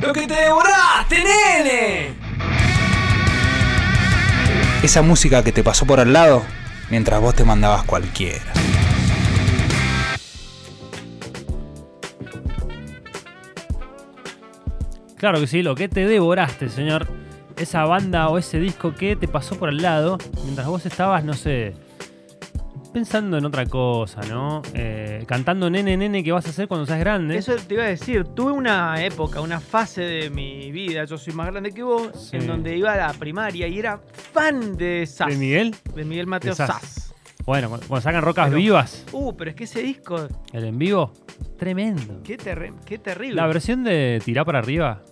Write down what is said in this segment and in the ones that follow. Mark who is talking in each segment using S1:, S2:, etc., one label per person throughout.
S1: ¡Lo que te devoraste, nene!
S2: Esa música que te pasó por al lado mientras vos te mandabas cualquiera.
S3: Claro que sí, lo que te devoraste, señor. Esa banda o ese disco que te pasó por al lado mientras vos estabas, no sé, pensando en otra cosa, ¿no? Eh, cantando nene, nene, ¿qué vas a hacer cuando seas grande?
S4: Eso te iba a decir, tuve una época, una fase de mi vida, yo soy más grande que vos,
S3: Sí.
S4: en donde iba a la primaria y era fan de Sass.
S3: ¿De Miguel?
S4: De Miguel Mateo
S3: De Sass.
S4: Sass.
S3: Bueno, cuando cuando sacan rocas
S4: Pero-
S3: vivas,
S4: Uh, pero es que ese disco,
S3: el en vivo, tremendo.
S4: qué, terri- qué terrible.
S3: La versión de Tirá para arriba,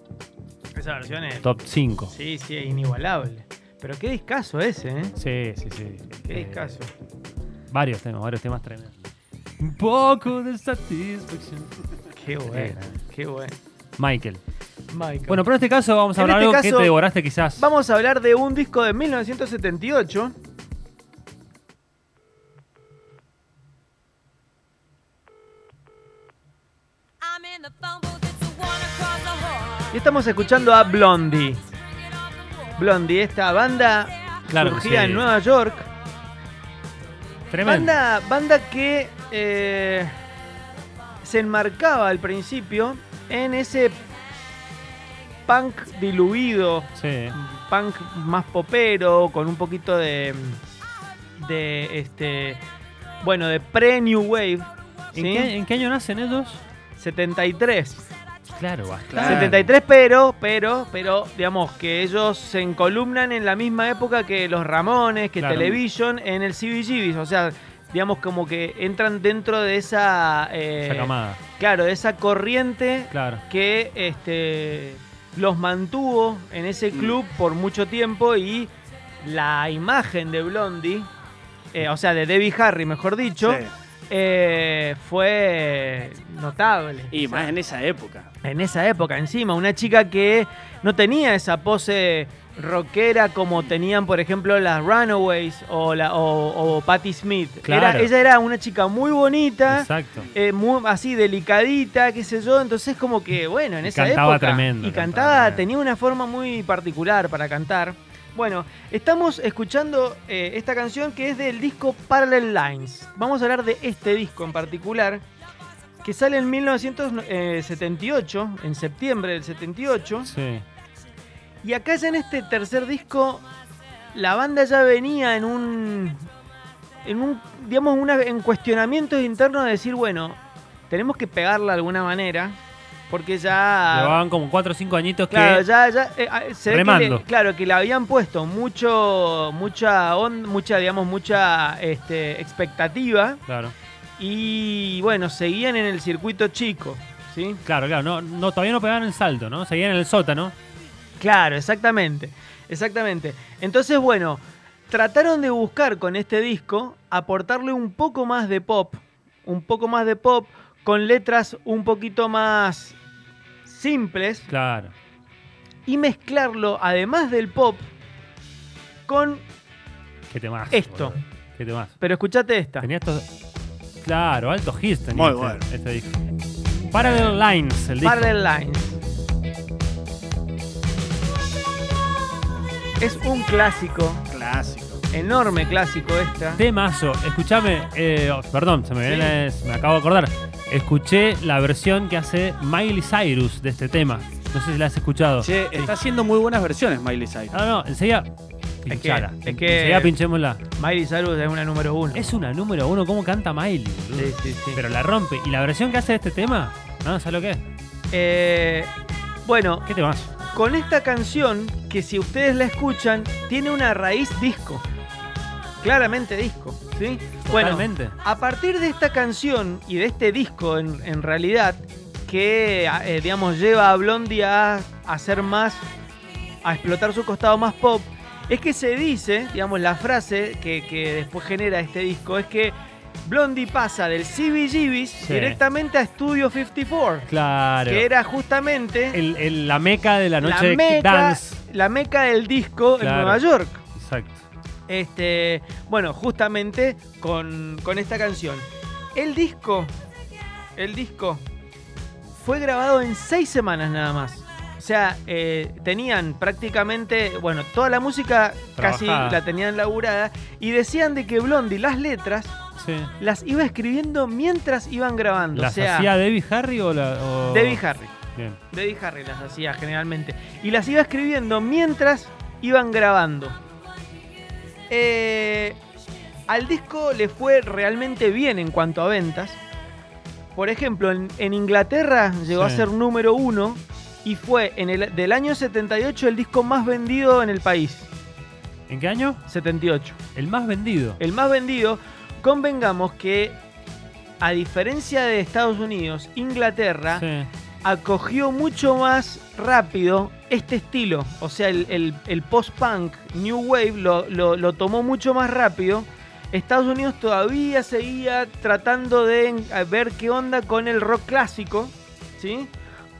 S4: Esa versión es...
S3: top 5.
S4: Sí, sí, es inigualable. Pero qué discazo ese, ¿eh?
S3: Sí, sí, sí.
S4: Qué
S3: Eh,
S4: discazo.
S3: Varios temas, varios temas tremendos. Un poco de satisfacción.
S4: Qué bueno,
S3: grande.
S4: qué bueno.
S3: Michael.
S4: Michael.
S3: Bueno, pero en este caso vamos a
S4: En
S3: hablar de
S4: este
S3: algo que
S4: caso-
S3: te devoraste quizás.
S4: Vamos a hablar de un disco de 1978. Y estamos escuchando a Blondie. Blondie, esta banda
S3: Claro que
S4: surgida
S3: sí.
S4: en Nueva York.
S3: Tremendo.
S4: Banda, banda que eh, se enmarcaba al principio en ese punk diluido,
S3: Sí.
S4: punk más popero, con un poquito de. de este. Bueno, de pre-New Wave.
S3: ¿En,
S4: ¿sí?
S3: qué, en qué año nacen ellos?
S4: 73.
S3: Claro, bastante.
S2: Claro.
S4: 73, pero, pero, pero, digamos que ellos se encolumnan en la misma época que los Ramones, que
S3: Claro.
S4: Television, en el CBGB. O sea, digamos como que entran dentro de esa. eh,
S3: Esa camada.
S4: claro, de esa corriente
S3: Claro.
S4: que este, los mantuvo en ese
S3: Mm.
S4: club por mucho tiempo y la imagen de Blondie, eh, o sea, de Debbie Harry, mejor dicho, eh, fue notable.
S5: Y
S4: O sea,
S5: más en esa época.
S4: en esa época encima, una chica que no tenía esa pose rockera como tenían, por ejemplo, las Runaways o, la, o, o Patti Smith.
S3: Claro.
S4: Era- ella era una chica muy bonita,
S3: Exacto.
S4: eh, muy, así delicadita, qué sé yo, entonces como que, bueno, en
S3: Y
S4: esa
S3: cantaba
S4: época...
S3: tremendo,
S4: Y
S3: cantaba
S4: cantaba,
S3: tremendo.
S4: tenía una forma muy particular para cantar. Bueno, estamos escuchando eh, esta canción que es del disco Parallel Lines. Vamos a hablar de este disco en particular, que sale en eh, 1978, en septiembre del 78.
S3: Sí.
S4: Y acá ya en este tercer disco, la banda ya venía en un. en un. digamos, una- en cuestionamientos internos de decir, bueno, tenemos que pegarla de alguna manera, porque ya.
S3: Llevaban como 4 o 5 añitos
S4: Ah. Claro,
S3: que.
S4: ya, ya. eh, ah, se ve que le-
S3: remando.
S4: claro, que le habían puesto mucho. mucha. on- mucha, digamos, mucha este, expectativa.
S3: Claro.
S4: Y bueno, seguían en el circuito chico, ¿sí?
S3: Claro, claro. No, no, todavía no pegaban el salto, ¿no? Seguían en el sótano.
S4: Claro, exactamente. Exactamente. Entonces, bueno, trataron de buscar con este disco aportarle un poco más de pop, un poco más de pop con letras un poquito más simples
S3: Claro.
S4: y mezclarlo además del pop con,
S3: Qué temazo.
S4: Esto.
S3: boludo. Qué temazo.
S4: pero escuchate esta.
S3: Tenía estos. Claro, altos hits tenía
S5: Muy
S3: este,
S5: bueno.
S3: este disco. Parallel Lines, el disco.
S4: Parallel Lines. Es un clásico,
S5: Clásico.
S4: enorme clásico esta.
S3: Temazo. Escuchame. eh, oh, perdón, se me,
S4: Sí.
S3: viene- se me acabo de acordar. Escuché la versión que hace Miley Cyrus de este tema. No sé si la has escuchado.
S5: Che, está haciendo muy buenas versiones Miley Cyrus.
S4: Ah.
S3: No, no, enseguida. Pinchala.
S4: es que-
S3: Enseguida pinchémosla.
S4: Miley Cyrus es una número uno.
S3: Es una número uno, ¿cómo canta Miley? boludo?
S4: Sí, sí, sí.
S3: Pero la rompe. Y la versión que hace de este tema, no, ¿sabes lo que es?
S4: Eh, bueno,
S3: ¿Qué temas?
S4: con esta canción, que si ustedes la escuchan, tiene una raíz disco. Claramente disco, ¿sí? Bueno,
S3: Totalmente.
S4: a partir de esta canción y de este disco, en, en realidad, que, eh, digamos, lleva a Blondie a hacer más, a explotar su costado más pop, es que se dice, digamos, la frase que, que después genera este disco, es que Blondie pasa del CBGB
S3: Sí.
S4: directamente a Studio 54.
S3: Claro.
S4: Que era justamente
S3: El- el- la meca de la noche
S4: la, meca,
S3: dance.
S4: la meca del disco en
S3: Claro.
S4: Nueva York.
S3: Exacto.
S4: Este, bueno, justamente con, con esta canción. El disco, el disco fue grabado en seis semanas nada más. sea, eh, tenían prácticamente, bueno, toda la música casi
S3: Trabajada.
S4: la tenían laburada y decían de que Blondie las letras
S3: Sí.
S4: las iba escribiendo mientras iban grabando.
S3: ¿Las
S4: o sea,
S3: hacía Debbie Harry o la.? o-
S4: Debbie Harry.
S3: Bien.
S4: Debbie Harry las hacía generalmente. Y las iba escribiendo mientras iban grabando. Eh, al disco le fue realmente bien en cuanto a ventas. Por ejemplo, en, en Inglaterra llegó
S3: Sí.
S4: a ser número uno y fue en el, del año 78 el disco más vendido en el país.
S3: ¿En qué año?
S4: 78.
S3: El más vendido.
S4: El más vendido, convengamos que a diferencia de Estados Unidos, Inglaterra
S3: Sí.
S4: acogió mucho más rápido este estilo. O sea, el, el- el post-punk, New Wave, lo, lo- lo tomó mucho más rápido. Estados Unidos todavía seguía tratando de en- a ver qué onda con el rock clásico, ¿sí?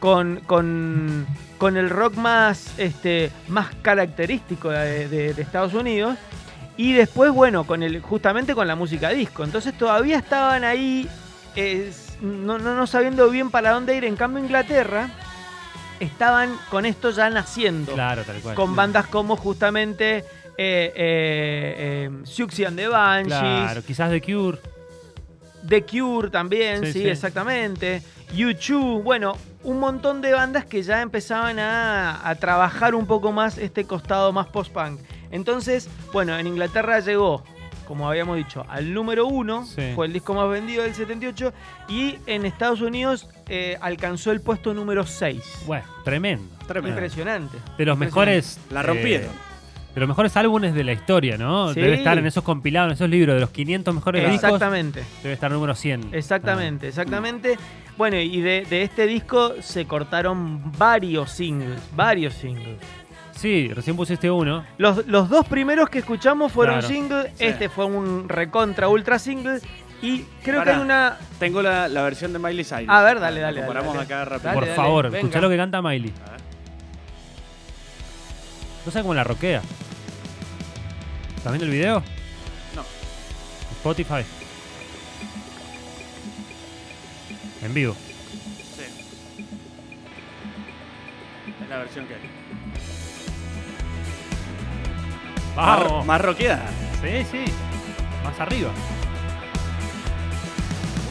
S4: Con, con- con el rock más, este, más característico de, de- de Estados Unidos. Y después, bueno, con el, justamente con la música disco. Entonces todavía estaban ahí es- no, no, no sabiendo bien para dónde ir. En cambio, Inglaterra estaban con esto ya naciendo.
S3: Claro, tal cual.
S4: Con bandas como justamente eh, eh, eh, Siouxsie and the Banshees,
S3: Claro, quizás The Cure.
S4: The Cure también,
S3: Sí,
S4: sí,
S3: sí.
S4: exactamente. U2, bueno, un montón de bandas que ya empezaban a, a trabajar un poco más este costado más post-punk. Entonces, bueno, en Inglaterra llegó, como habíamos dicho, al número uno,
S3: Sí.
S4: fue el disco más vendido del 78, y en Estados Unidos eh, alcanzó el puesto número 6.
S3: Bueno, tremendo.
S5: Tremendo.
S4: Impresionante.
S3: De los mejores.
S5: La
S3: eh,
S5: rompieron.
S3: de los mejores álbumes de la historia, ¿no?
S4: Sí.
S3: Debe estar en esos compilados, en esos libros de los 500 mejores discos.
S4: Exactamente.
S3: Debe estar número 100.
S4: Exactamente, exactamente. Bueno, y de, de este disco se cortaron varios singles, varios singles.
S3: Ah. Sí, recién pusiste uno.
S4: Los, los dos primeros que escuchamos fueron
S3: Claro.
S4: singles,
S5: Sí.
S4: este fue un recontra ultra single y creo
S5: Pará.
S4: que hay una...
S3: Ah,
S5: Tengo la, la versión de Miley Cyrus.
S4: A ver, dale, dale,
S5: La
S4: dale,
S5: comparamos
S4: dale.
S5: acá rápido.
S4: Dale,
S3: Por
S4: dale,
S3: favor,
S4: venga.
S3: escuchá lo que canta Miley.
S5: A ver.
S3: No sabe cómo la roquea. ¿Estás viendo el video?
S5: No.
S3: Spotify. En vivo.
S5: Sí. Es la versión que hay.
S3: ¡Vamos!
S5: Más rockeada.
S3: Sí, sí. Más arriba.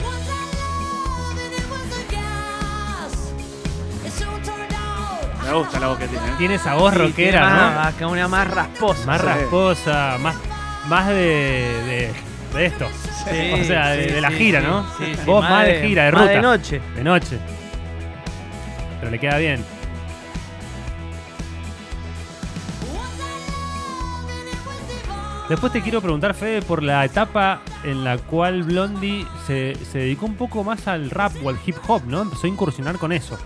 S6: Once I loved and it was a gas. It soon turned out
S5: Me gusta la voz que tiene. ¿eh?
S3: Tiene esa voz
S4: Ah, Sí, tiene más-
S3: rockera,
S4: más- que una más rasposa.
S3: ¿no? Más
S5: sí.
S3: rasposa, más, más de, de, de esto.
S4: Sí,
S3: o sea, de,
S4: sí,
S3: de la
S4: sí,
S3: gira,
S4: sí,
S3: ¿no?
S4: sí, sí,
S3: Vos más, de gira, de
S4: más
S3: ruta.
S4: de noche.
S3: de noche. Pero le queda bien.
S6: once I loved and it was divine.
S3: Después te quiero preguntar, Fede, por la etapa en la cual Blondie se, se dedicó un poco más al rap o al hip hop, ¿no? Empezó a incursionar con eso.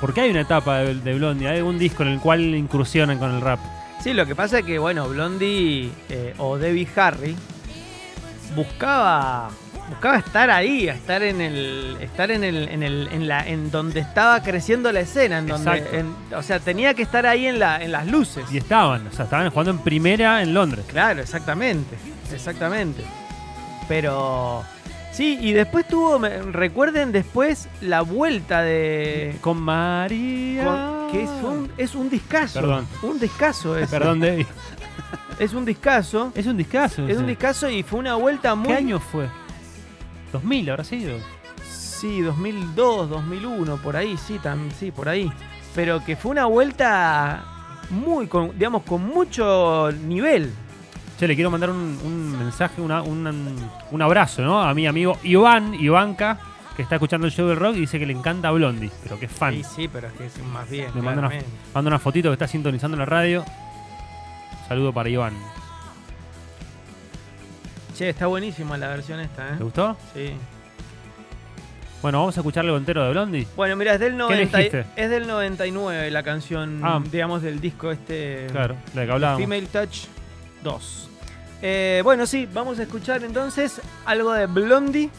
S3: Porque hay una etapa de, de Blondie, hay un disco en el cual incursionan con el rap.
S4: Sí, lo que pasa es que, bueno, Blondie eh, o Debbie Harry buscaba buscaba estar ahí, estar en el estar en el en el en la en donde estaba creciendo la escena, en
S3: Exacto.
S4: donde en- o sea, tenía que estar ahí en la en las luces.
S3: Y estaban, o sea, estaban jugando en primera en Londres.
S4: Claro, exactamente, exactamente. Pero sí, y después tuvo me- recuerden después la vuelta de
S3: Con María.
S4: con- que es un es un discazo,
S3: Perdón.
S4: un discazo es.
S3: Perdón, Debbie.
S4: Es un discazo.
S3: Es un discazo.
S4: Es
S3: ese.
S4: un discazo y fue una vuelta
S3: ¿Qué
S4: muy.
S3: año fue? 2000 habrá sido.
S4: Sí, 2002, 2001, por ahí, sí, tam- sí, por ahí. Pero que fue una vuelta muy, con, digamos, con mucho nivel.
S3: Che, le quiero mandar un, un mensaje, una- un, un abrazo, ¿no? A mi amigo Iván, Ivanka, que está escuchando el show del rock y dice que le encanta Blondie, pero que es fan.
S4: Sí, sí, pero es que es más bien.
S3: Me mandan
S4: claramente.
S3: Manda una fotito que está sintonizando la radio. Un saludo para Iván.
S4: Che, está buenísima la versión esta,
S3: ¿Te
S4: ¿eh?
S3: gustó?
S4: Sí.
S3: Bueno, vamos a escuchar lo entero de Blondie.
S4: Bueno, mira, es del,
S3: ¿Qué
S4: 90, y-
S3: elegiste?
S4: es del 99 la canción,
S3: Ah.
S4: digamos, del disco este.
S3: Claro, la que hablábamos.
S4: Female Touch 2. Eh, bueno, sí, vamos a escuchar entonces algo de Blondie.